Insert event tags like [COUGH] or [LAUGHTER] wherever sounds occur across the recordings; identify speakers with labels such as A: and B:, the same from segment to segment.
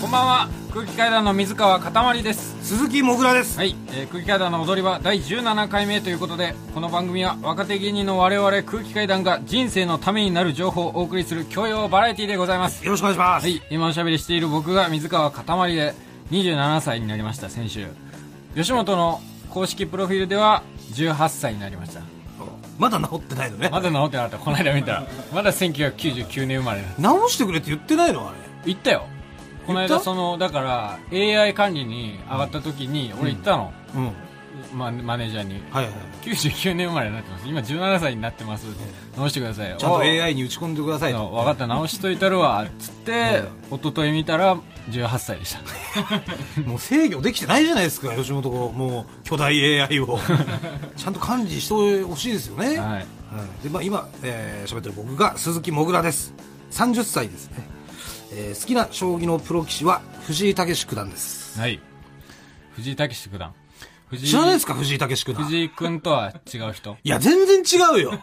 A: こんばんは空気階段の水川かたまりです
B: 鈴木もぐらです
A: はい、えー空気階段の踊り場第17回目ということでこの番組は若手芸人の我々空気階段が人生のためになる情報をお送りする教養バラエティでございます
B: よろしくお願いします、
A: はい今おしゃべりしている僕が水川かたまりで27歳になりました先週吉本の公式プロフィールでは18歳になりました
B: まだ治ってないのね、
A: まだ治ってなかったこの間見たらまだ1999年生まれなの
B: 直してくれって言ってないのあれ
A: 行ったよこの
B: 行っ
A: 間
B: た
A: そのだから AI 管理に上がった時に俺行ったの、
B: うんはい
A: まマネージャーに
B: はい
A: 99年生まれになってます今17歳になってますって直してくださいよ
B: ちゃんと
A: おう
B: AI に打ち込んでください
A: そう
B: と
A: 分かった直しといたるわっつって一昨日見たら18歳でした
B: もう制御できてないじゃないですか吉本がもう巨大
A: [LAUGHS]
B: AI をちゃんと管理してほしいですよね、
A: はい
B: はいでまあ、今喋、えー、喋ってる僕が鈴木もぐらです30歳ですね、えー好きな将棋のプロ棋士は藤井猛九段です
A: はい藤井武志九段藤井
B: 知らないですか藤井猛九段
A: 藤井君とは違う人
B: いや全然違うよ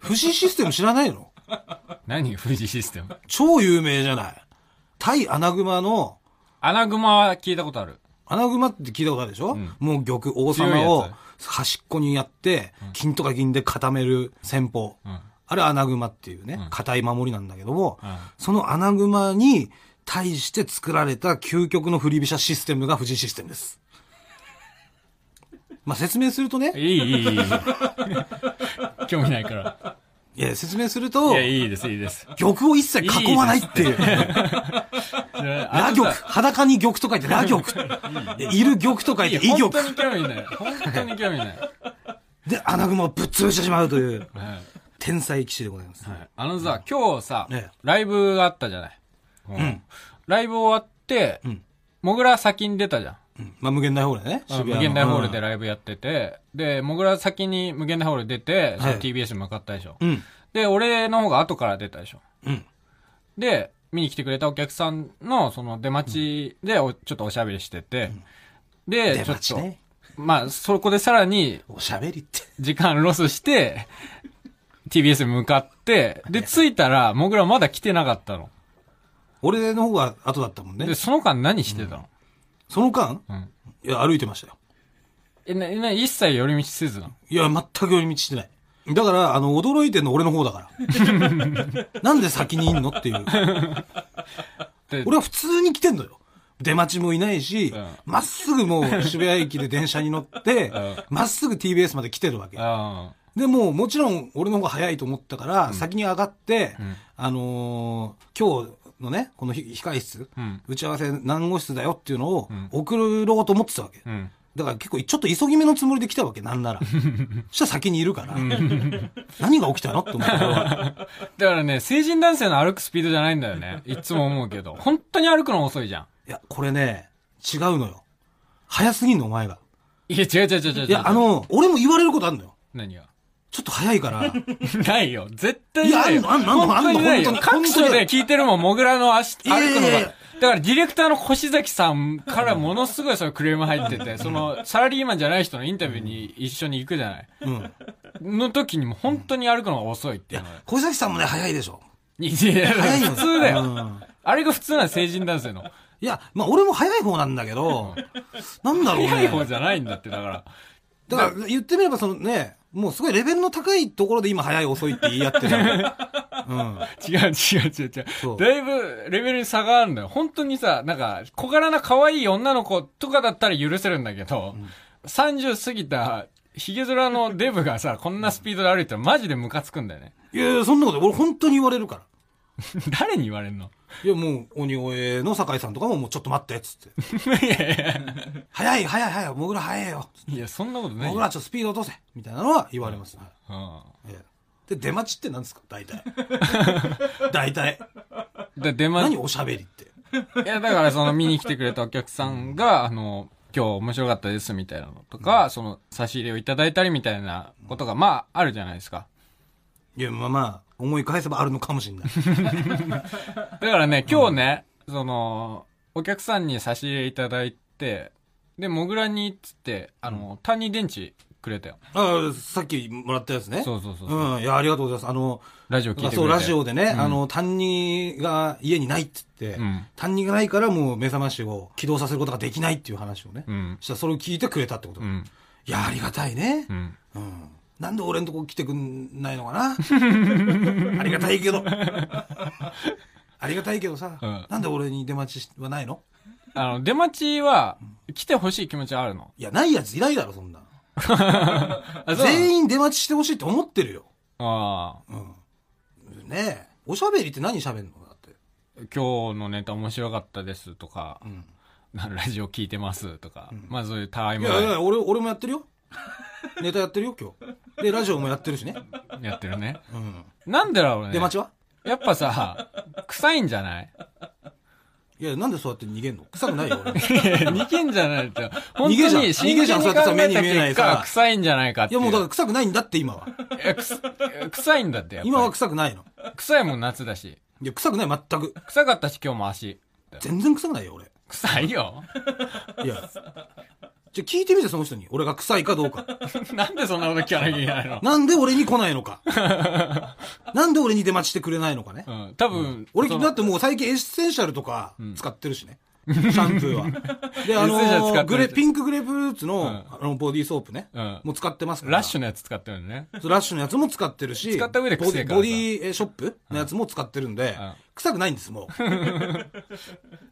B: 藤井システム知らないの
A: 何藤井システム
B: 超有名じゃない。対アナグマの、
A: アナグマは聞いたことある
B: アナグマって聞いたことあるでしょ、
A: ん
B: もう玉、王
A: 強い
B: 様を
A: や
B: 端っこにやって、金とか銀で固める戦法。
A: ん
B: あれアナグマっていうね、硬い守りなんだけども、
A: ん
B: そのアナグマに対して作られた究極の振り飛車システムが富士システ
A: [LAUGHS]
B: ムです。まあ、説明するとね、
A: いいいいいい [LAUGHS] 興味ないから
B: いや、説明すると
A: いや、いいですいいです
B: 玉を一切囲わないっていう。
A: ラ
B: ラ玉、裸に玉と書いてラ玉。いる玉と書い
A: い
B: て
A: や
B: 異
A: 本
B: 玉
A: 当。に興味ない本当に興味ない
B: で、アナグマをぶっ潰してしまうという、
A: はい
B: 天才騎士でございます。
A: はいあのさ、今日さ、
B: ええ
A: ライブがあったじゃない。うん。ライブ終わって、
B: ん
A: もぐら先に出たじゃん。
B: うんまあ、無限大ホールでね。
A: 無限大ホールで
B: ね。
A: ライブやってて、で、もぐら先に無限大ホール出て、その
B: はい
A: TBS に向かったでしょ。
B: うん。
A: で、俺の方が後から出たでしょ。
B: うん。
A: で、見に来てくれたお客さんの、その出待ちでお、ちょっとおしゃべりしてて、で、
B: 出
A: ちょっ
B: 待ち
A: と、
B: ね。
A: まあ、そこでさらに、
B: おしゃべりって。
A: 時間ロスして、TBS に向かって、で、着いたら、もぐらまだ来てなかったの。
B: 俺の方が後だったもんね
A: で、。その間何してたの、
B: その間、
A: ん
B: いや、歩いてましたよ。
A: え、な、な、一切寄り道せずなの
B: いや、全く寄り道してない。だから、あの、驚いてんの俺の方だ [LAUGHS] から。なんで先にいんのっていう。
A: で、
B: 俺は普通に来てんのよ。出待ちもいないし
A: うん、
B: ま、っすぐもう渋谷駅で電車に乗って
A: ん、
B: ま、っすぐ TBS まで来てるわけ。
A: あ
B: でもう、もちろん、俺の方が早いと思ったから、先に上がって、あのー今日のね、このひ控室、
A: ん
B: 打ち合わせ何号室だよっていうのを送ろうと思ってたわけ。
A: あ、うん。
B: だから結構、ちょっと急ぎ目のつもりで来たわけ、なん
A: [LAUGHS]
B: なら。そしたら先にいるから、何が起きたのって思ったら、
A: だからね、成人男性の歩くスピードじゃないんだよ
B: [LAUGHS]
A: ね。いつも思うけど。本当に歩くの遅いじゃ
B: いや、これね、違うのよ。早すぎんの、お前が。
A: ん。いや、違う違う違う違う。
B: いや、あ、の、俺も言われることあるのよ。
A: 何が
B: ちょっと早いから。
A: [LAUGHS] ないよ。絶対ないよ。
B: いやあんのあんのあん
A: 本当
B: の
A: にないよ。
B: 本当に
A: 各所で聞いてるもん、もぐらの足、歩く
B: いや
A: の
B: いやい
A: が
B: や。
A: だから、ディレクターの越崎さんからものすごいそのクレーム入ってて、その、サラリーマンじゃない人のインタビューに一緒に行くじゃない。
B: うん。
A: の時にも本当に歩くのが遅いって
B: い
A: いう
B: や
A: のが。、
B: 小崎さんもね、早いでしょ。
A: いや、
B: 早いの
A: 普通だよ。
B: うん
A: あれが普通なの成人男性の。
B: いや、まあ俺も早い方なんだけど、なんだろう
A: [LAUGHS]
B: ね。
A: 早い方じゃないんだって、だから。
B: だから言ってみればそのね、もうすごいレベルの高いところで今早い遅いって言い合ってる。
A: [LAUGHS]
B: うん。
A: 違う違う違う違。
B: そうう
A: だいぶレベルに差があるんだよ。本当にさ、なんか、小柄な可愛い女の子とかだったら許せるんだけど、30過ぎた、ヒゲ面のデブがさ、 [LAUGHS] こんなスピードで歩いたらマジでムカつくんだよね。 [LAUGHS]
B: いやいや、そんなこと俺本当に言われるから。
A: 誰に言われんの
B: いやもう、鬼越の酒井さんとかももうちょっと待って、つっ
A: [LAUGHS]
B: て。
A: いやいや
B: 早い早い早い、もぐら早いよ。
A: いや、そんなことない
B: もぐ
A: よ。
B: らちょっとスピード落とせ。みたいなのは言われます。はい
A: うん
B: ええで、出待ちって何ですか
A: [LAUGHS]
B: 大体。大体。
A: で、出ま、
B: 何おしゃべりって。
A: いや、だからその見に来てくれたお客さんが、あの、今日面白かったですみたいなのとか、その差し入れをいただいたりみたいなことが、まあ、あるじゃないですか。
B: いや、まあまあ、思い返せばあるのかもしれない。
A: だからね、今日ね、その、お客さんに差し入れいただいて、で、モグラに、つって、あの、単に電池くれたよ。
B: あさっきもらったやつね。
A: そうそうそうそう
B: うん。いや、ありがとうございます。あの、
A: ラジオ聞いてくれて。
B: そう、ラジオでね、あの、担任が家にないって言って、
A: うん
B: 担任がないからもう目覚ましを起動させることができないっていう話をね、
A: うん。
B: したらそれを聞いてくれたってこと。
A: うん。
B: いや、ありがたいね
A: う。ん。
B: うん。なんで俺んとこ来てくんないの
A: [LAUGHS]
B: かなありがたいけど。ありがたいけどさ、
A: うん
B: なんで俺に出待ちはないの
A: あの、出待ちは、来てほしい気持ちはあるの。
B: いや、ないやついないだろ、そんな。
A: あ、そうなの。
B: 全員出待ちしてほしいって思ってるよ。
A: ああ。
B: うん。ねえ。おしゃべりって何しゃべんのだって。
A: 今日のネタ面白かったですとか [LAUGHS]
B: う、ん。
A: なラジオ聞いてますとか、まあそういうたわい
B: い
A: も
B: やい
A: な
B: や、俺、俺もやってるよ。 [LAUGHS] ネタやってるよ、今日。で、ラジオもやってるしね。
A: いやってるね。
B: うん。
A: なんでだろう
B: 出
A: ね。
B: 待ちは
A: やっぱさ、臭いんじゃない
B: いや、なんでそうやって逃げんの臭くな
A: [LAUGHS]
B: いよ、俺。い
A: 逃げんじゃないって。本
B: 逃げじ
A: 当
B: ゃん
A: に真剣に
B: 逃げじゃん
A: 考
B: そうやってさ目
A: え
B: に
A: た
B: 見えない
A: 結
B: さ
A: 果、臭いんじゃないかってい
B: や、
A: う。
B: もうだから臭くないんだって、今は。
A: いやくす臭いんだって、やっぱり
B: 今は臭くないの。
A: 臭いもん夏だし。
B: いや、臭くない、全く。
A: 臭かったし、今日も足。
B: 全然臭くないよ、俺。
A: 臭いよ。 [LAUGHS]
B: いや。じゃ、聞いてみて、その人に。俺が臭いかどうか。
A: なんでそんなこと聞かなきゃいけないの
B: なんで俺に来ない
A: [LAUGHS]
B: のか。なんで俺に出待ちしてくれないのかね。
A: うん。多分、
B: 俺、
A: そ
B: だっ
A: の
B: てもう最近エッセンシャルとか使ってるしね。シャンプーは。で、あの
A: エッセンシャル使
B: ー
A: って
B: グ
A: る
B: レ、ピンクグレープフルーツの,、あのボディーソープね、
A: うん
B: もう使ってますから。
A: ラッシュのやつ使ってるのね。
B: そうラッシュのやつも使ってるし、
A: 使った上で
B: ボ
A: 臭
B: デ
A: え
B: ィ
A: からさ
B: ボディえーショップのやつも使ってるんで、
A: うん
B: 臭くないんです、もう。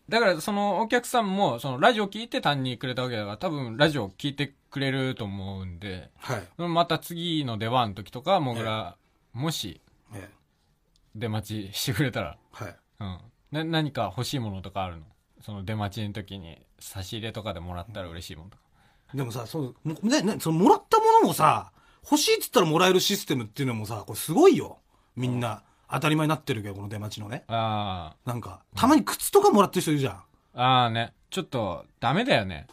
A: だから、そのお客さんも、そのラジオ聞いて担任くれたわけだから、多分ラジオ聞いてくれると思うんで、
B: はい。
A: また次の出番の時とか、もぐら、もし
B: え
A: 出待ちしてくれたら、
B: ーはい。
A: うん。な、何か欲しいものとかあるのその出待ちの時に差し入れとかでもらったら嬉しいものとか。
B: でもさ、そう、もね、ね、そのもらったものもさ、欲しいっつったらもらえるシステムっていうのもさ、これすごいよ。みんな、当たり前になってるけど、この出待ちのね。
A: あ
B: なんか、たまに靴とかもらってる人いるじゃん。
A: あ、ああね。ちょっと、ダメだよね。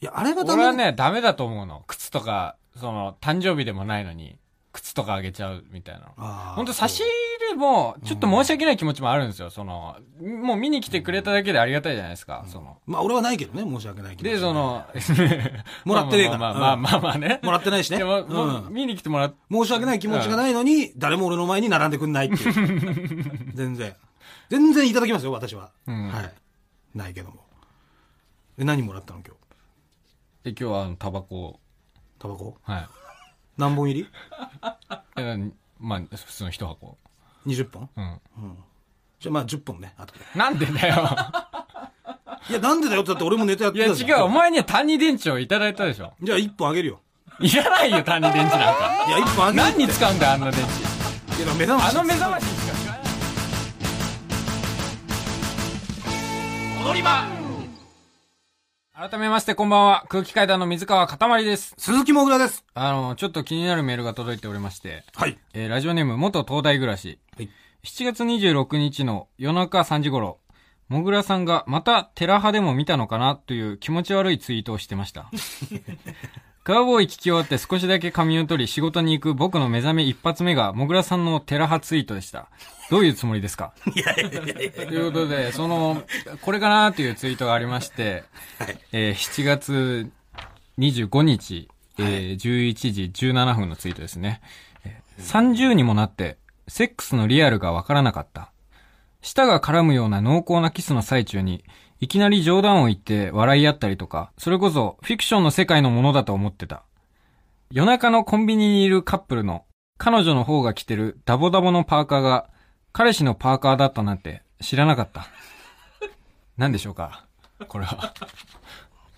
B: いや、あれがダメ
A: 俺はね、ダメだと思うの。靴とか、その、誕生日でもないのに、靴とかあげちゃうみたいなの。
B: あー
A: 本当差し入れも、ちょっと申し訳ない気持ちもあるんですよ。その、もう見に来てくれただけでありがたいじゃないですか。その。
B: まあ俺はないけどね、申し訳ないけど。
A: で、その、
B: [LAUGHS] もらってねえから
A: まあまあまあまあまあね。
B: もらってないしね。
A: でもも
B: う
A: うん見に来てもらっ
B: 申し訳ない気持ちがないのに、誰も俺の前に並んでくんない
A: [LAUGHS]
B: っていう。全然。全然いただきますよ、私は。
A: うん
B: はい。ないけども。で、何もらったの今日。
A: て、今日はあのタバコを。
B: タバコ
A: はい。
B: 何本入
A: えーまあ、普通の一箱。
B: り ?20 本
A: うん。
B: じゃあまあ10本ね、あとで。
A: なんでだよ。 [LAUGHS]
B: いや、なんでだよってだって俺もネタやっ
A: い
B: て
A: や、
B: たじゃん。
A: 違う。お。前には単二電池をいただいたでしょ。
B: じゃあ1本あげるよ。
A: いらないよ、単二電池なん [LAUGHS] か。
B: いや、1本あげる。
A: 何に使うんだよ、あんな電池。
B: いや、目覚まし。
A: あの目覚ましにしか使わない。踊り場改めまして、こんばんは。空気階段の水川かたまりです。
B: 鈴木もぐらです。
A: あの、ちょっと気になるメールが届いておりまして、
B: はい。
A: えーラジオネーム、元東大暮らし。
B: はい。
A: 7月26日の夜中3時頃、もぐらさんがまたテラ派でも見たのかなという気持ち悪いツイートをしてま [LAUGHS] した。カウボーイ聞き終わって少しだけ髪を取り仕事に行く僕の目覚め一発目がもぐらさんのテラ派ツイートでした。どういうつもりですかということで、その、これかなというツイートがありまして、えー7月25日、えー11時17分のツイートですね。えー30にもなって、セックスのリアルがわからなかった。舌が絡むような濃厚なキスの最中に、いきなり冗談を言って笑い合ったりとか、それこそフィクションの世界のものだと思ってた。夜中のコンビニにいるカップルの、彼女の方が着てるダボダボのパーカーが、彼氏のパーカーだったなんて知らなかった。何でしょうかこれは。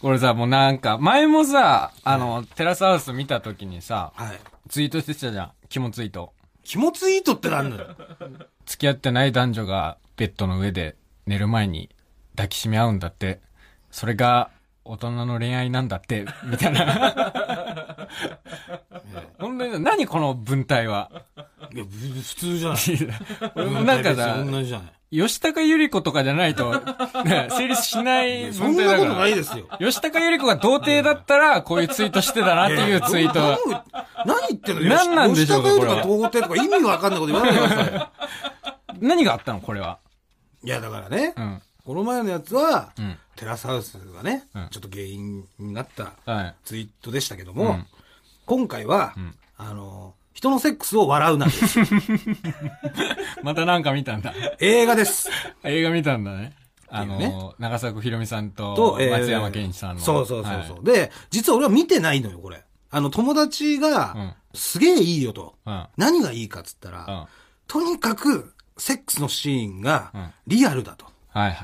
A: これさ、もうなんか、前もさ、あの、テラスハウス見た時にさ、
B: はい。
A: ツイートしてたじゃん。肝ツイート。
B: 気持ちいいとってなんだよ。
A: 付き合ってない男女がベッドの上で寝る前に抱きしめ合うんだって。それが大人の恋愛なんだって、みたいな。
B: [LAUGHS]
A: 本当に、何この文体
B: [LAUGHS]
A: は。
B: いや、ぶ普通じゃな
A: [LAUGHS]
B: い。
A: なんかさ、
B: 同じじゃない。
A: 吉高由里子とかじゃないと、ね成立しない
B: そ
A: 文
B: ん
A: 体だか
B: なこ
A: ら
B: とないですよ。
A: 吉高由里子が童貞だったら、こういうツイートしてたなっていうツイート。
B: ど何言ってんの
A: 何なんでしょうか
B: 吉田とか
A: こ
B: 東帝とか意味わかんないこと言わないでくださ
A: 何があったのこれは。
B: い。いや、だからね
A: う、ん。
B: この前のやつは
A: う、ん。
B: テラスハウスがね
A: うん、
B: ちょっと原因になった
A: はい。
B: ツイートでしたけども、今回は、
A: ん
B: あの、人のセックスを笑うなです。 [LAUGHS]
A: またなんか見たんだ。
B: 映画です。
A: 映画見たんだね。あの、
B: っていうね
A: 長作ひろみさんと
B: と、えー
A: 松山ケンイチさんの。
B: そうそうそうそう、
A: はい
B: で、実は俺は見てないのよ、これ。あの、友達が、
A: うん
B: すげえいいよと。
A: うん。
B: 何がいいかっつった
A: うん。
B: ら、
A: は
B: とにかく、セックスのシーン
A: う
B: が
A: ん、
B: リアルだと。
A: いはい。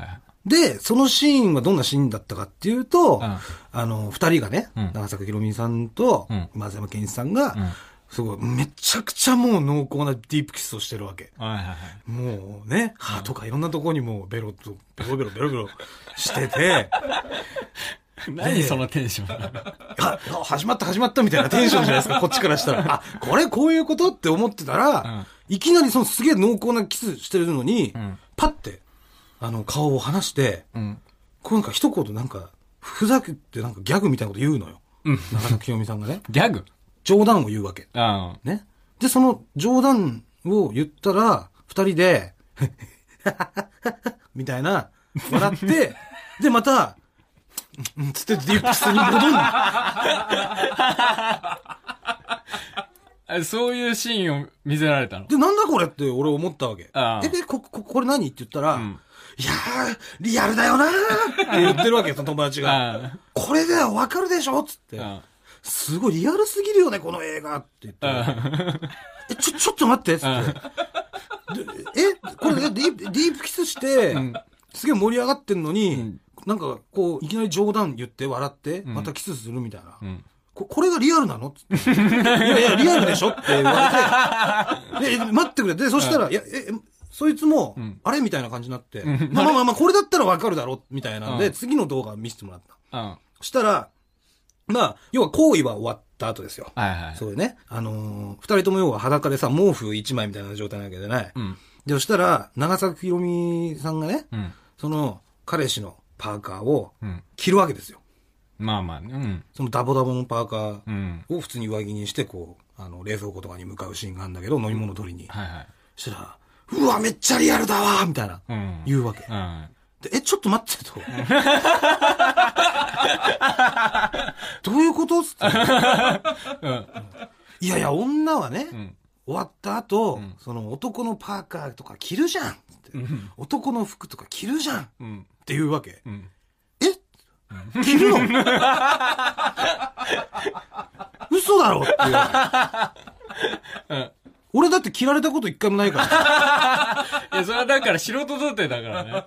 B: で、そのシーンはどんなシーンだったかっていうと、
A: ん
B: あの、二人がね、
A: うん
B: 長坂ひろみさんと
A: うん、
B: 松山ケンイチさんが、
A: うん。
B: すごい、めちゃくちゃもう濃厚なディープキスをしてるわけ。
A: はいはいはい。
B: もうね、歯とかいろんなとこにもうベロッと、ベロベロベロベロしてて、
A: 何そのテンション。 [LAUGHS]
B: あ、あ始まった始まったみたいなテンションじゃないですか、こっちからしたら。あ、これこういうことって思ってたら、いきなりそのすげえ濃厚なキスしてるのに、
A: ん
B: パッて、あの、顔を離して、
A: うん。
B: こうなんか一言なんか、ふざけてなんかギャグみたいなこと言うのよ。
A: うん
B: 中野清美さんがね。
A: ギャグ
B: 冗談を言うわけ。
A: あ
B: ね。で、その冗談を言ったら、二人で、 [LAUGHS] みたいな、笑って、で、また、うんうんつってディープキスに戻るの。
A: あ。そういうシーンを見せられたの。
B: で、なんだこれって俺思ったわけ
A: あ。あ
B: え、で、こ、こ、これ何って言ったら、
A: ん
B: いやー、リアルだよなーって言って
A: [LAUGHS]
B: るわけよ、その友達が。
A: あ
B: これではわかるでしょっつって。
A: あ。
B: すごいリアルすぎるよね、この映画って言って。え、ちょ、ちょっと待ってっつって。でえ、これねディープ、ディープキスして、
A: ん
B: すげえ盛り上がってんのに、
A: ん
B: なんかこう、いきなり冗談言って笑って、またキスするみたいな。
A: うん。
B: ここれがリアルなのつっていやいや、リアルでしょって言わ [LAUGHS] れて、え、待ってくれ。で、そしたら、いや、え、えそいつも、あれみたいな感じになって、まあまあまあまあ、これだったらわかるだろみたいなんで、
A: うん
B: 次の動画見せてもらった。
A: うん。はい
B: そしたら、まあ、要は行為は終わった後ですよ。
A: はい。
B: そうよね。あのー二人とも要は裸でさ、毛布一枚みたいな状態なわけじゃない。
A: うん。
B: で、そしたら、長崎ひろみさんがね、
A: うん。
B: その、彼氏のパーカーを
A: うん。
B: 着るわけですよ。
A: まあまあね。うん。
B: そのダボダボのパーカー
A: うん。
B: を普通に上着にして、こう、あの、冷蔵庫とかに向かうシーンがあるんだけど、飲み物取りに。
A: はいはい。
B: そしたら、うわ、めっちゃリアルだわーみたいな、
A: うん。
B: 言うわけ
A: う。ん。
B: でえ、ちょっと待ってと。 [LAUGHS] どういうことっつって。
A: うん。
B: いやいや、女はね、
A: うん。
B: 終わった後、
A: ん
B: その男のパーカーとか着るじゃんって、
A: ん
B: 男の服とか着るじゃんっ
A: うん。
B: ていうわけ。
A: うん。
B: え着るの嘘だろってい
A: う
B: う
A: ん。
B: 俺だって着られたこと一回もないから。
A: いや、それはだから素人童貞だからね。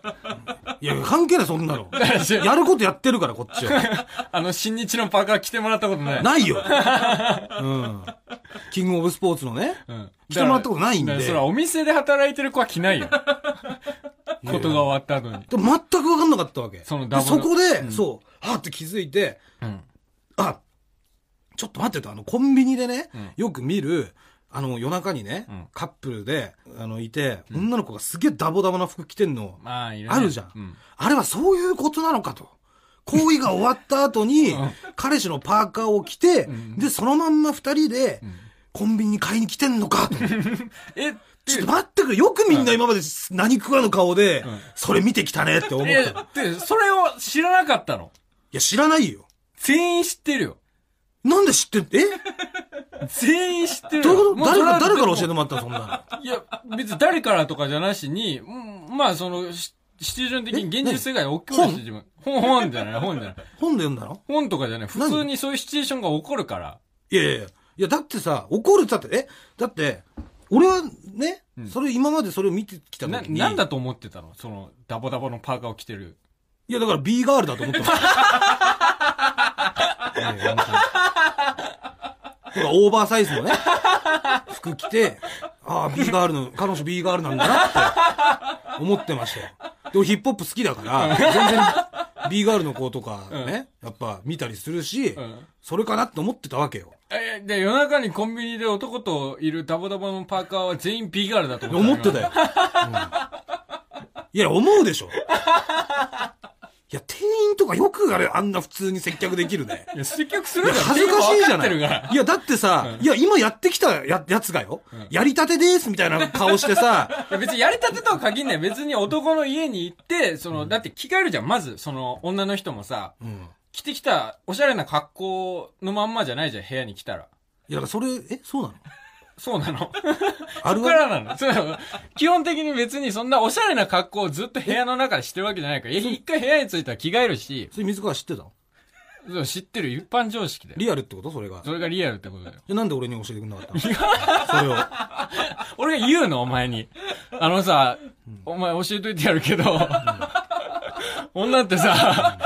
B: いや、関係ない、そんなの。
A: からし
B: やることやってるから、こっちは。
A: [LAUGHS] あの、新日のパーカー着てもらったことない。
B: ないよ。うん。キングオブスポーツのね。
A: うん。
B: 着てもらったことないんで
A: だからそれはお店で働いてる子は着
B: [LAUGHS]
A: ないよ。ことが終わった後に。
B: で全く分かんなかったわけ。
A: その
B: で
A: ダボ
B: そ
A: の
B: こで、そう、はーって気づいて、
A: うん。
B: あ、ちょっと待ってと、あの、コンビニでね、
A: ん
B: よく見る、あの、夜中にね、
A: うん
B: カップルで、あの、いて、女の子がすげえダボダボな服着てんの。
A: まあ、いるね
B: あるじゃん,、
A: うん。
B: あれはそういうことなのかと。行為が終わった後に、
A: [LAUGHS] うん
B: 彼氏のパーカーを着て、
A: ん
B: で、そのまんま二人で、コンビニに買いに来てんのかと。
A: え、
B: [LAUGHS] ちょっと待ってくれ。よくみんな今まで何食わぬ顔で、
A: ん
B: それ見てきたねって思ったの。い
A: え、で、それを知らなかったの。
B: や、知らないよ。
A: 全員知ってるよ。
B: なんで知ってん、え
A: 全員知ってるよ。
B: どういうこ
A: も
B: と誰か、誰から
A: え
B: 教えてもら
A: [LAUGHS]
B: ったのそんなの。
A: いや、別に誰からとかじゃなしに、うんまあその、シシチュエーション的に現実世界で起きるし、自分。本、本じゃない、本じゃない。
B: 本で読んだの
A: 本とかじゃない。普通にそういうシチュエーションが起こるから。
B: いやいやいや。いや、だってさ、怒るってだって、えだって、俺はね、
A: うん
B: それ今までそれを見てきた
A: な、
B: 時に。
A: なんだと思ってたのその、ダボダボのパーカーを着てる。
B: いや、だから B ガールだと思
A: [LAUGHS]
B: ったの。いや本当にほら、オーバーサイズ
A: [LAUGHS]
B: のね、服着て、ああ、B ガールの、彼女 B ガールなんだなって思ってましたよ。でもヒップホップ好きだから、全然 B ガールの子とかね、やっぱ見たりするし、
A: ん
B: それかなって思ってたわけよ。
A: え、で、夜中にコンビニで男といるダボダボのパーカーは全員ビガールだと思
B: 思ってた
A: よ。
B: よ。うんいや、思うでしょ。いや、店員とかよくあれ、あんな普通に接客でき
A: [LAUGHS]
B: るね。
A: いや、接客す
B: い
A: る
B: や
A: じゃん。
B: 恥ずかしいじ
A: 店員も分か
B: ゃな
A: ってるから
B: い。いや、だってさ、いや、今やってきたややつがよ、やりたてですみたいな顔してさ、
A: [LAUGHS] いや別にやりたてとは限んない。別に男の家に行って、その、だって着替えるじゃん。まず、その、女の人もさ、
B: うん
A: 着てきたおしゃれな格好のまんまじゃないじゃん、部屋に来たら。
B: いや、だからそれ、え、そうなの
A: そうなの。
B: あ
A: [LAUGHS] そ
B: る
A: こ
B: あ
A: か
B: る
A: らなの。そう基本的に別にそんなおしゃれな格好をずっと部屋の中でしてるわけじゃないから、いや一回部屋に着いたら着替えるし、
B: それ水川知ってたの
A: そう知ってる一般常識だよ。
B: リアルってことそれが。
A: そ
B: じ
A: れがリアルってことだよ。 [LAUGHS]
B: ゃ、なんで俺に教えてくんなかったのそれを。
A: 俺が言うのお前に。あのさ、お前教えといてやるけど、 [LAUGHS] 女ってさ、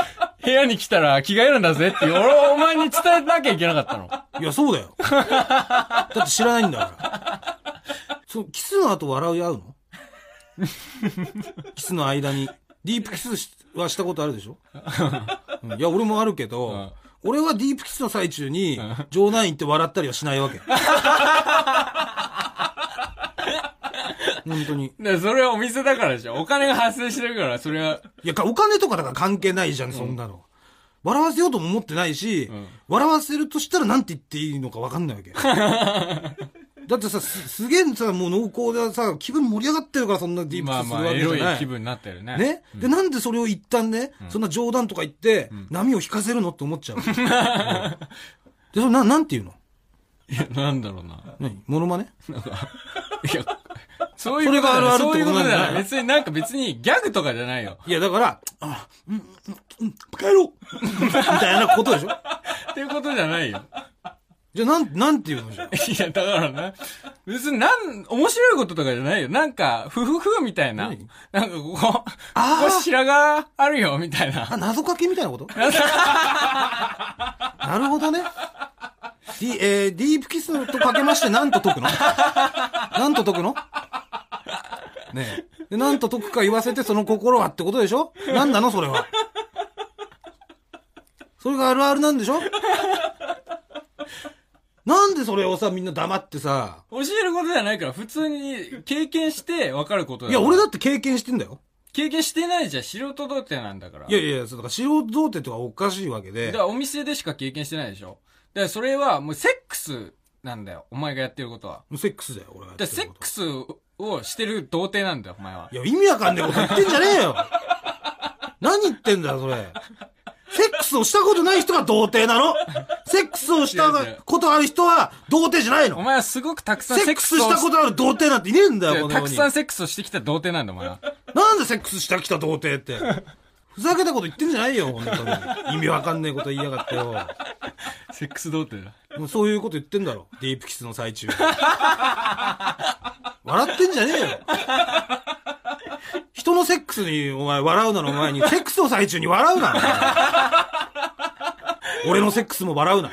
A: 部屋に来たら着替えるんだぜっていう、俺はお前に伝えなきゃいけなかったの。
B: いや、そうだよ。だって知らないんだから。その、キスの後笑い合うの [LAUGHS] キスの間に。ディープキスしはしたことあるでしょ、うんいや、俺もあるけど、
A: ん
B: 俺はディープキスの最中に
A: ん、
B: 冗談言って笑ったりはしないわけ。本当に。
A: で、それはお店だからでしょ。お金が発生してるから、それは。
B: いや、かお金とかだから関係ないじゃん、そんなの。笑わせようとも思ってないし、
A: うん
B: 笑わせるとしたらなんて言っていいのか分かんない
A: [LAUGHS]
B: わけ。だってさ、すすげえさ、もう濃厚でさ、気分盛り上がってるからそんなディープ
A: まあ
B: キスす
A: ま
B: る
A: あ、
B: わけ
A: エ
B: じゃな
A: ロ
B: い。
A: い気分になってるね。
B: ね、で、なんでそれを一旦ね、そんな冗談とか言って、波を引かせるのって思っちゃう。
A: [LAUGHS]
B: うんで、それな、なんて言うの
A: いや、 [LAUGHS] なんだろうな。
B: 何モノマネ
A: いや、そういうことじゃな
B: それがあ
A: い。
B: るあ
A: そう
B: る
A: い
B: って
A: う
B: こ
A: こととじゃな
B: な
A: んい。別
B: だ
A: になんか別にギャグとかじゃないよ。
B: いや、だから、あ、うん、うん、う
A: [LAUGHS]
B: ん、うんバカ野郎みたいなことでしょ
A: っていうことじゃないよ。
B: じゃあ、なん、なんて言うのじゃあ
A: [LAUGHS] いや、だからな。別になん、面白いこととかじゃないよ。なんか、ふふふみたいな。な
B: 何
A: んかここ、こ
B: あー
A: こ白髪あるよ、みたい
B: あ、
A: な。
B: 謎かけみたいなこと [LAUGHS] なるほどね。ディ,、えーディープキスとかけまして何と解くの何と解くのねえ。で、何と解くか言わせてその心はってことでしょ何なのそれは。それがあるあるなんでしょなんでそれをさ、みんな黙ってさ。
A: 教えることじゃないから、普通に経験して分かること
B: い
A: だか
B: や、
A: ら
B: 俺だって経験してんだよ。
A: 経験してないじゃん。素人童貞なんだから。
B: いやいやいや、そうだから素人童貞とかおかしいわけ
A: だ
B: で
A: か。らお店でしか経験してないでしょ。だからそれはもうセックスなんだよ。お前がやってることは。
B: セックスだよ、俺はやって
A: だから
B: ること。
A: セックスをしてる童貞なんだよ、お前は。
B: いや、意味わかんねえこと言ってんじゃねえよ。何言ってんだよ、それ。セックスをしたことない人が童貞なのセックスをした
A: 違う違う
B: ことある人は童貞じゃない
A: お
B: の
A: 前はすごくたくさん
B: セ
A: セ
B: ッ
A: ッ
B: ク
A: ク
B: ス
A: スを
B: したことある童貞なんていねえんだよ、この
A: た
B: 世
A: く
B: に。
A: さんセックスをしてきた童貞なんだ、お前
B: [LAUGHS]
A: は。
B: なんでセックスしたきた童貞って。ふざけたこと言ってんじゃないよ、本当に。意味わかんねえこと言いやがってよ。
A: セックス童貞だ。
B: もうそういうこと言ってんだろ。ディープキスの最中。笑ってんじゃねえよ。人のセックスに、お前、笑うなのお前に、セックスの最中に笑うなお前俺のセックスも笑うな。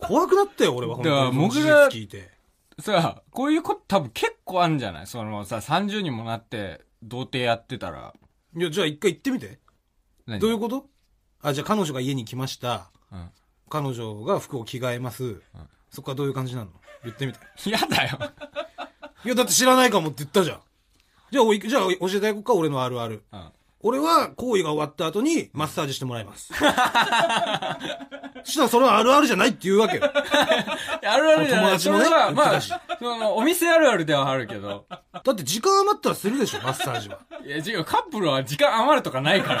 B: 怖くなったよ、俺は。本
A: だか
B: 当
A: ら
B: に。
A: 僕
B: 事実
A: が
B: 聞いて。
A: さあ、こういうこと多分結構あんじゃないそのさ、30にもなって童貞やってたら。
B: いや、じゃあ一回行ってみて。
A: 何
B: どういうことあ、じゃあ彼女が家に来ました。
A: うん
B: 彼女が服を着替えます。そこはどういう感じなの言ってみて。
A: 嫌だよ。
B: いや、だって知らないかもって言ったじゃん。じゃあ、おいじゃあ、教えてあげようか、俺のあるある。
A: うん
B: 俺は、行為が終わった後に、マッサージしてもら
A: [LAUGHS]
B: います。そしたら、それはあるあるじゃないって言うわけよ。だ
A: あるあるじゃない。
B: 友達
A: そ
B: もね
A: れは、ま
B: 言
A: あ、
B: って
A: その、お店あるあるではあるけど。
B: って、時間余ったらするでしょ、マッサージは。
A: いや、違う、カップルは時間余るとかない
B: [LAUGHS]
A: から。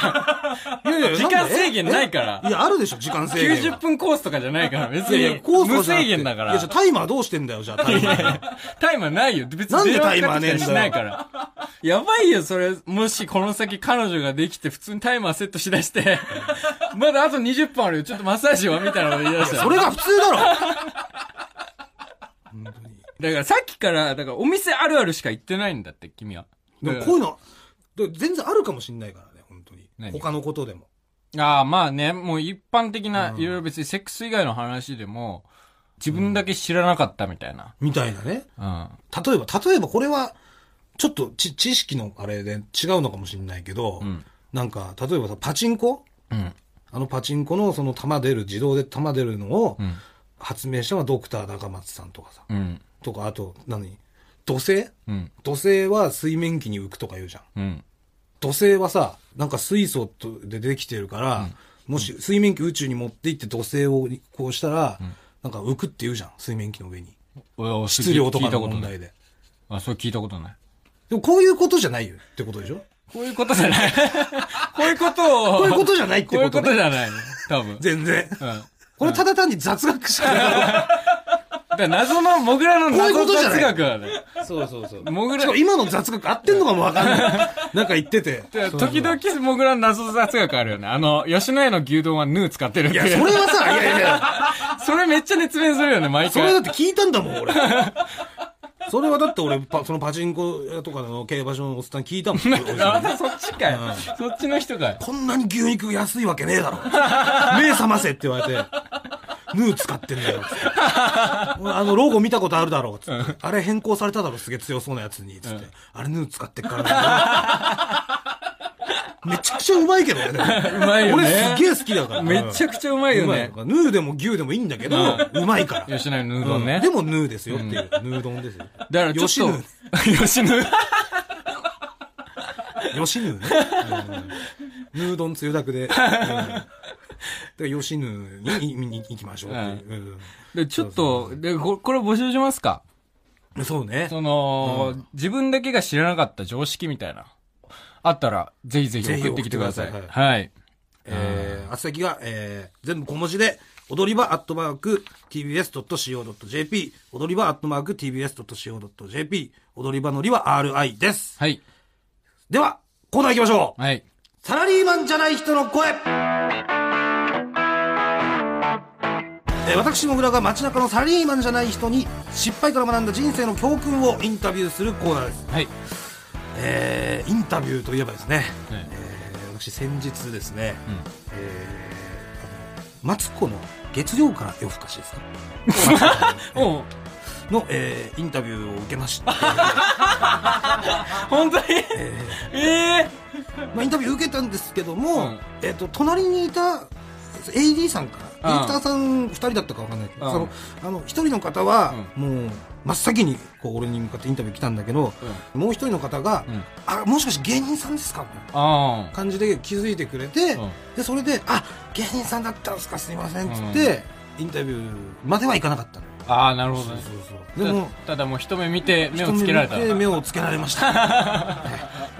B: いやいや
A: 時間制限ないか
B: い
A: ら。
B: や、あるでしょ、時間制限は。
A: 90分コースとかじゃないから、別
B: いやい
A: に
B: や、コースと
A: 無
B: かじゃなく
A: 制
B: て
A: 限だか
B: い
A: ら
B: や、じゃ。あタイマーどうしてんだよ、じゃあ、タイマー。
A: [LAUGHS] タイマーないよ。別に
B: なんで
A: 電話
B: タイマーねえん
A: かけたり
B: だよ
A: しないから。やばいよ、それ。もしこの先彼女ができて、普通にタイマーセットしだして、 [LAUGHS] まだあと20分あるよ。ちょっとマッサージはみたいなこと言い出したら
B: それが普通だ
A: [LAUGHS]
B: ろ
A: だからさっきから、だからお店あるあるしか行ってないんだって、君は。
B: でも、こういうの、で全然あるかもしんないからね、本当に。
A: 何
B: 他のことでも。
A: ああ、まあね、もう一般的な、
B: うん
A: いろいろ別にセックス以外の話でも、自分だけ知らなかったみたいな。
B: みたいなね。
A: うん。
B: 例えば、例えばこれは、ちょっとち知識のあれで違うのかもしれないけど、
A: うん。
B: なんか、例えばさ、パチンコ
A: うん。
B: あのパチンコのその弾出る、自動で弾出るのを
A: うん。
B: 発明したのはドクター中松さんとかさ、
A: うん。
B: とか、あと何、土星
A: うん。
B: 土星は水面器に浮くとか言うじゃん。
A: うん。
B: 土星はさ、なんか水素とでできてるから、もし水面器宇宙に持って行って土星をこうしたら、なんか浮くって言うじゃん、水面器の上に。
A: うん。
B: 質量と
A: 聞
B: か
A: いた
B: の
A: こと
B: 問
A: ない。
B: 題で。
A: あ、それ聞いたことない。
B: でもこういうことじゃないよってことでしょ
A: こういう [LAUGHS] ことじゃない。こういうことを。
B: こういうことじゃないって
A: こうい
B: こ
A: うことと
B: ね。
A: じゃない。多分。
B: 全然。
A: うん。
B: これただ単に雑学しかない。
A: だから謎の、モグラの
B: こういうこ
A: 謎
B: とじゃな
A: 雑
B: い
A: 学なんだよ。
B: そうそうそう。
A: モグ
B: し
A: ラ
B: かも、今の雑学合ってんのかもわかん
A: [LAUGHS]
B: ない。なんか言ってて。
A: だから時々モグラの謎雑学あるよね。あの、吉野家の牛丼はヌー使ってるっ
B: い
A: てい
B: や、
A: う。
B: それはさ、いやいやいや。
A: それめっちゃ熱弁するよね、毎
B: それ
A: 回
B: だっ。て聞いたんだもん、
A: [LAUGHS]
B: 俺。それはだって俺、パそのパチンコ屋とかの競馬場のおっさんに聞いたもん。
A: あ、そっちかよ。そっちの人かよ。
B: こんなに牛肉安いわけね
A: [LAUGHS]
B: えだろ。目覚ませって言われて、ヌー使ってんだよ。つってあの、ロゴ見たことあるだろ。つってあれ変更されただろ、すげえ強そうなやつに。つって。あれヌー使ってっからだよ。めちゃくちゃうまいけどね。でも
A: うまいよ
B: 俺
A: ね
B: す。げえ好きだから。
A: めちゃくちゃうまいよね
B: う。まいヌーでも牛でもいいんだけど、うまいから。
A: 吉野家のヌー丼ね。
B: でもヌーですよっていう、ヌー丼ですよ。
A: だからちょっ
B: 吉ヌ
A: と、 [LAUGHS] 吉野家。
B: ー。ヨシヌーね。うんヌー丼つゆだくで。うんだからヨシヌーに見に行きましょうっていう
A: で、ちょっと、で、ここれ募集しますか
B: うん。そうね。
A: その、自分だけが知らなかった常識みたいな。あったら、ぜひぜひ送ってきてください。
B: ぜひ送ってくだ
A: はい。
B: えー、あつ先が、えー、全部小文字で、踊り場アットマーク tbs.co.jp、踊り場アットマーク tbs.co.jp、踊り場のりは RI です。
A: はい。
B: では、コーナー行きましょう。
A: はい。
B: サラリーマンじゃない人の声えー私もぐらが街中のサラリーマンじゃない人に失敗から学んだ人生の教訓をインタビューするコーナーです、
A: はい。
B: えーインタビューといえばですね、
A: はい
B: えー私先日ですね、えーあのマツコの月曜から夜更かしですか
A: おう
B: の、えーインタビューを受け
A: [LAUGHS]
B: まして、
A: 本当に
B: えー
A: ええ
B: まあ、インタビュー受けたんですけど
A: う
B: も、
A: ん
B: えっと隣にいた AD さんかディレクターさん2人だったか分かんないけど、
A: うん
B: そのあの1人の方は、もう真っ先にこう俺に向かってインタビュー来たんだけど、もう1人の方が「
A: うん
B: あもしかして芸人さんですか?」みたいな
A: あ
B: 感じで気づいてくれて、
A: うん
B: でそれで「あ芸人さんだったんですかすいません」っつって、インタビューまではいかなかったの
A: あ。ああ、なるほどね。
B: でも
A: たただもう一目見て目をつけられた
B: 一目見て目をつけられました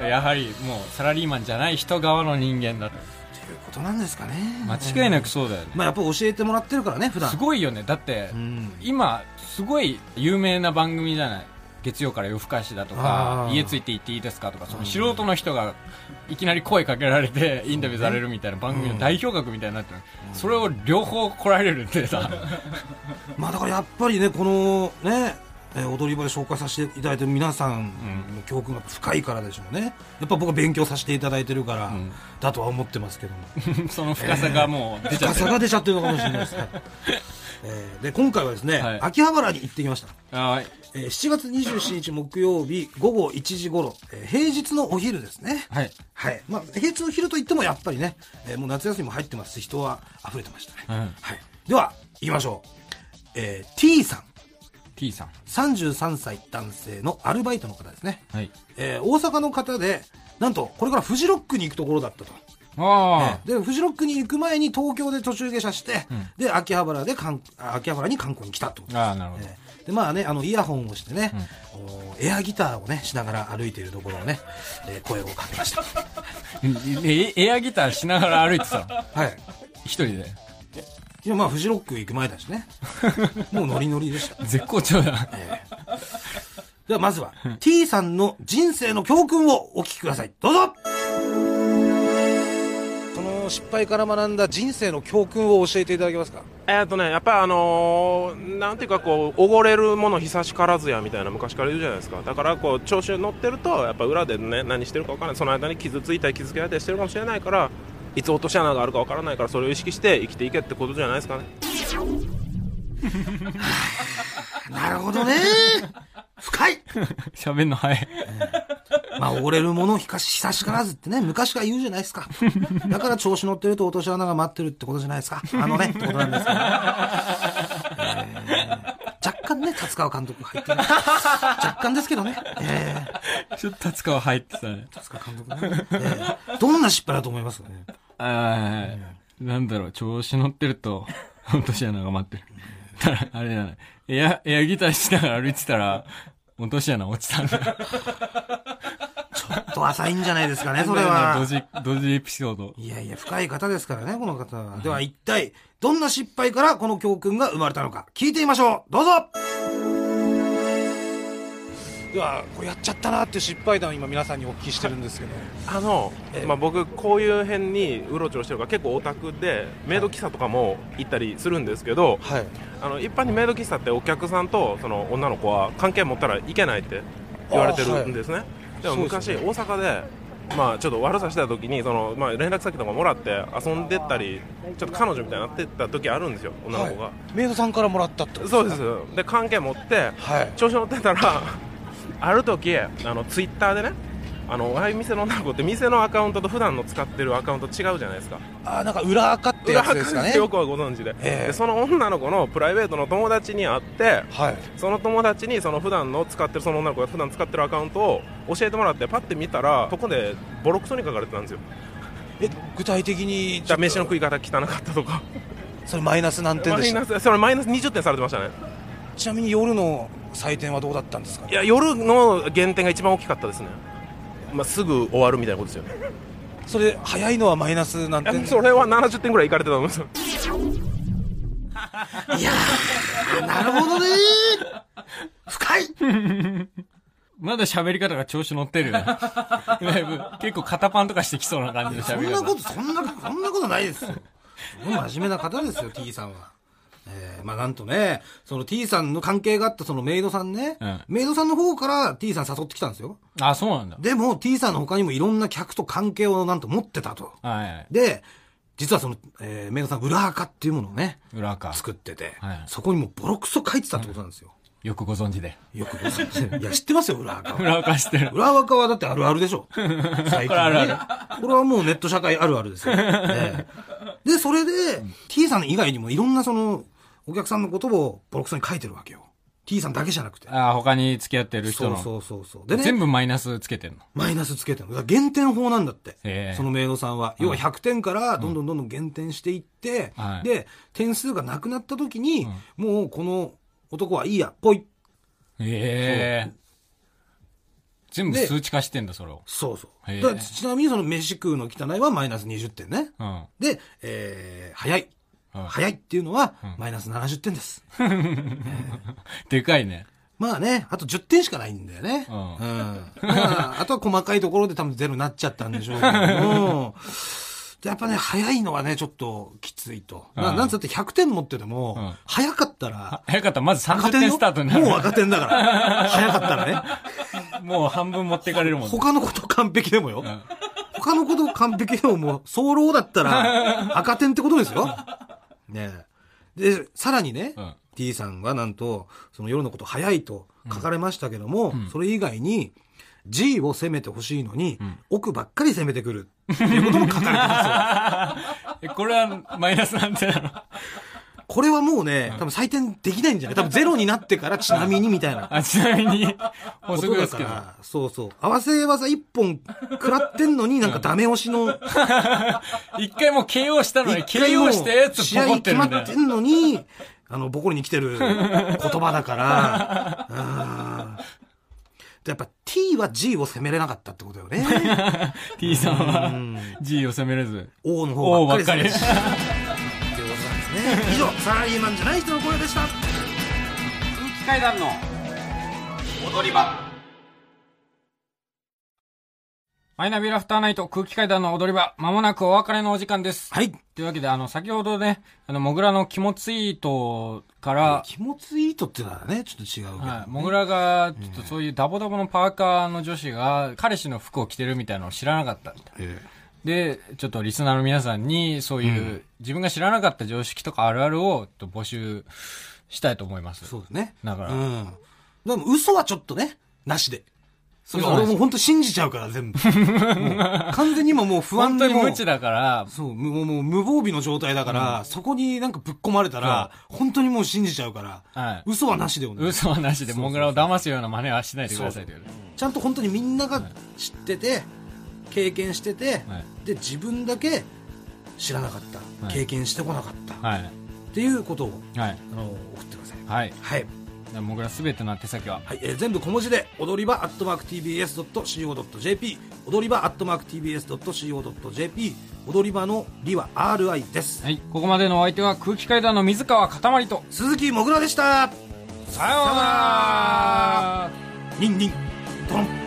A: やはりもうサラリーマンじゃない人側の人間だと
B: ということなんですかね
A: 間違いなくそうだよね、
B: まあやっぱ教えてもらってるからね普段
A: すごいよねだって、
B: うん
A: 今すごい有名な番組じゃない月曜から夜更かしだとか
B: あー
A: 家ついて行っていいですかとかその素人の人がいきなり声かけられてインタビューされるみたいな番組の代表格みたいになってる、それを両方来られるってさ、 [LAUGHS]
B: まあだからやっぱりねこのねえー踊り場で紹介させていただいてる皆さんの教訓が深いからでしょうねやっぱ僕は勉強させていただいてるから、
A: ん
B: だとは思ってますけども
A: その深さがもう出ちゃ [LAUGHS]
B: 深
A: ってる
B: さ、が出ちゃってるのかもしれないです、
A: [LAUGHS]
B: はいえーで今回はですね、
A: はい
B: 秋葉原に行ってきました、
A: あー
B: えー7月27日木曜日午後1時頃、えー平日のお昼ですね
A: はい
B: はいまあ、平日の昼といってもやっぱりね、えーもう夏休みも入ってますし人は溢れてましたね、
A: うん
B: はい、では行きましょう、えー T さん
A: T さん
B: 33歳男性のアルバイトの方ですね、
A: はい
B: えー大阪の方でなんとこれからフジロックに行くところだったと、
A: あ
B: でフジロックに行く前に東京で途中下車して、で秋葉原で観あ秋葉原に観光に来たってこと
A: ー、ああなるほど、
B: えーでまあね、あのイヤホンをしてね、おエアギターをねしながら歩いているところをね、えー声をかけました
A: えエアギターしながら歩いてたの
B: はい
A: 一人で
B: いやまあフジロック行く前だし
A: [LAUGHS]
B: ねもうノリノリでした
A: 絶好調だ
B: ではまずは T さんの人生の教訓をお聞きくださいどうぞその失敗から学んだ人生の教訓を教えていただけますか
C: えーっとね、やっぱりあのーなんていうかこう、おごれるもの久しからずやみたいな昔から言うじゃないですか。だからこう、調子に乗ってると、やっぱ裏でね、何してるかわからない。その間に傷ついたり傷つけられたりしてるかもしれないから、いつ落とし穴があるかわからないから、それを意識して生きていけってことじゃないですかね。
B: なるほどね [LAUGHS] 深い
A: [LAUGHS] 喋んの早い
B: まあ、溺れるものをひかし、久しからずってね、昔から言うじゃないですか。だから調子乗ってると落とし穴が待ってるってことじゃないですか。あのね、ってことなんですけど、えー若干ね、達川監督入ってる。若干ですけどね。えー
A: ちょっと達川入ってたね。
B: 達川監督ね、え [LAUGHS] ーどんな失敗だと思いますかね。
A: ああ、なんだろう、調子乗ってると、 [LAUGHS] 落とし穴が待ってる。 [LAUGHS] ただあれじゃない。エア、エ [LAUGHS] アギターしながら歩いてたら、落とし穴落ちたんだ。
B: ちょっと浅いんじゃないですかね、それ
A: ド
B: は。
A: ジ、ドジエピソード。
B: いやいや、深い方ですからね、この方は。では一体、どんな失敗からこの教訓が生まれたのか、聞いてみましょう。どうぞ
D: ではこれやっちゃったなっていう失敗談を今皆さんにお聞きしてるんですけど
C: あの、まあ、僕こういう辺にうろちょろしてるから結構オタクでメイド喫茶とかも行ったりするんですけど
D: はい
C: あの一般にメイド喫茶ってお客さんとその女の子は関係持ったらいけないって言われてるんですね、でも昔
D: そうです
C: 大阪で、まあ、ちょっと悪さしてた時にその、まあ、連絡先とかもらって遊んでったりちょっと彼女みたいになってった時あるんですよ女の子が、
D: メイドさんからもらったってこと
C: そう
D: で
C: ですで関係持って
D: すはい
C: 調子乗ってたら [LAUGHS] ある時あのツイッターでねあのああいう店の女の子って店のアカウントと普段の使ってるアカウント違うじゃないですか
D: あーなんか裏垢ってやつですか
C: 裏アカウントっ
D: ね
C: てよくはご存知で,、
D: ええ
C: でその女の子のプライベートの友達に会って
D: はい
C: その友達にその普段の使ってるその女の子が普段使ってるアカウントを教えてもらってパッて見たらそこでボロクソに書かれてたんですよ
D: え具体的に
C: だから飯の食い方汚かったとか
D: それマイナス何点
C: マ
D: で
C: イ
D: し
C: ナ
D: た
C: スそれマイナス20点されてましたね
D: ちなみに夜の採点はどうだったんですか
C: いや夜の減点が一番大きかったですね、まあ、すぐ終わるみたいなことですよね
D: それ早いのはマイナス何点
C: それは70点ぐらいいかれてたと思うんですよ
B: いやー、なるほどね深い
A: まだ喋り方が調子乗ってるよね。 [LAUGHS] だいぶ、結構肩パンとかしてきそうな感じの
B: そ
A: 喋
B: ん
A: り
B: なこ
A: 方。
B: と、そんな、そんなことないですよ。すごい真面目な方ですよ、T さんは。えー、まあなんとね、その T さんの関係があったそのメイドさんね、
A: うん
B: メイドさんの方から T さん誘ってきたんですよ。
A: あ、そうなんだ。
B: でも T さんの他にもいろんな客と関係をなんと持ってたと。
A: はいはい。
B: で、実はその、えー、メイドさん裏垢っていうものをね、
A: 裏か。
B: 作ってて、
A: はい
B: そこにもうボロクソ書いてたってことなんですよ。
A: よくご存知で。
B: よくご存知でいや、知ってますよ、裏垢は。
A: 裏かしてる。
B: 裏若はだってあるあるで
A: [LAUGHS]
B: しょ。最近、ね。
A: これあるあ
B: これはもうネット社会あるあるで
A: [LAUGHS]
B: すよ。ええで、それで、T さん以外にもいろんなその、お客さんのことをボロクソに書いてるわけよ。T さんだけじゃなくて。
A: あ、他に付き合ってる人
B: そう
A: の。
B: そうそうそう。でね、
A: 全部マイナスつけてんの。
B: マイナスつけてるの。だから減点法なんだって
A: へえ。
B: そのメイドさんは。要は100点からどんどんどんどん減点していって、
A: はい
B: で、点数がなくなった時に、もうこの男はいいや、ぽい。
A: ええ全部
B: で
A: 数値化してんだ、それを。
B: そうそう。
A: へえ
B: だからちなみにその飯食うの汚いはマイナス20点ね。
A: うん。
B: で、えー、早い。
A: うん
B: 早いっていうのは、マイナス70点です。
A: でかいね。
B: まあね、あと10点しかないんだよね。
A: うん
B: まあ、あとは細かいところで多分ゼロになっちゃったんでしょうけど
A: [LAUGHS]
B: も。でやっぱね、早いのはね、ちょっときついと。まあ
A: うん
B: なんつって100点持ってても、
A: うん
B: 早かったら、
A: 早かったらまず
B: 赤
A: 30
B: 点
A: 点
B: よ
A: スタートになる。
B: もう赤点
A: [LAUGHS]
B: だから。早かったらね。
A: もう半分持ってかれるもんね。
B: 他のこと完璧でもよ。
A: ん
B: 他のこと完璧でももう、早漏だったら、赤点ってことですよ。ねえ。で、さらにね、
A: うん
B: T さんはなんと、その夜のこと早いと書かれましたけども、それ以外に、G を攻めてほしいのに、奥ばっかり攻めてくる。っていうことも書かれ
A: [LAUGHS]
B: てますよ。
A: えこれはマイナスなんてなの
B: これはもうね、多分採点できないんじゃない多分ゼロになってからちなみにみたいな。
A: あ、ちなみ
B: [LAUGHS]
A: に、法
B: こと
A: 則
B: だ
A: です
B: か
A: けど。
B: ら、そうそう。合わせ技一本食らってんのになんかダメ押しの
A: 一回もう KO したのに、
B: 一回
A: KO
B: も
A: してやつ
B: 試
A: ボコっ
B: 合
A: て
B: 決
A: る
B: ま
A: みたい
B: って
A: な。
B: んのに、あの、ボコリに来てる言葉だ
A: [LAUGHS]
B: から、あーでやっぱ T は G を攻めれなかったってことよね。
A: [LAUGHS] T さんは G を攻めれず。
B: O の方ばっかり
A: O ばっかり
B: 攻めてるっていうことなんですね。以上、サラリーマンじゃない人の声でした。
E: 空気
B: [LAUGHS]
E: 階段の踊り場
A: マイナビラフターナイト空気階段の踊り場、まもなくお別れのお時間です。
B: はい。
A: というわけで、あの、先ほどね、あの、モグラの肝ツイートから、
B: 気持ちいいとっていうのはね、ちょっと違うけど。
A: はい、モグラが、ちょっとそういうダボダボのパーカーの女子が、彼氏の服を着てるみたいなのを知らなかったみたい
B: え
A: で、ちょっとリスナーの皆さんに、そういう、自分が知らなかった常識とかあるあるを、ちょっと募集したいと思います。
B: えそうですね。
A: だから
B: うん。でも嘘はちょっとね、なしで。それ
A: 嘘はな
B: 俺
A: し
B: もう本当信じちゃうから、全部。もう完全に今もう不安
A: 本当
B: で
A: に
B: もう
A: 無知だから、
B: そう、もう、もう無防備の状態だから、そこになんかぶっ込まれたら、本当にもう信じちゃうから、
A: はい。
B: 嘘はなしでもね。
A: 嘘はなしで、モグラを騙すような真似はしないでくださいという。
B: ちゃんと本当にみんなが知ってて、経験してて、
A: はい
B: で、自分だけ知らなかった、
A: はい
B: 経験してこなかった、
A: はい。
B: っていうことを、
A: はい。
B: あの、送ってください。
A: はい。
B: はい。
A: でモグラすべての手先は、
B: はい、えー全部小文字で、踊り場、アットマーク TBS.CO.JP、踊り場アットマーク TBS.CO.jp 踊り場のりは RI です
A: はい、ここまでのお相手は空気階段の水川かたまりと、
B: 鈴木もぐらでした
A: さようなら
B: ニンニントロン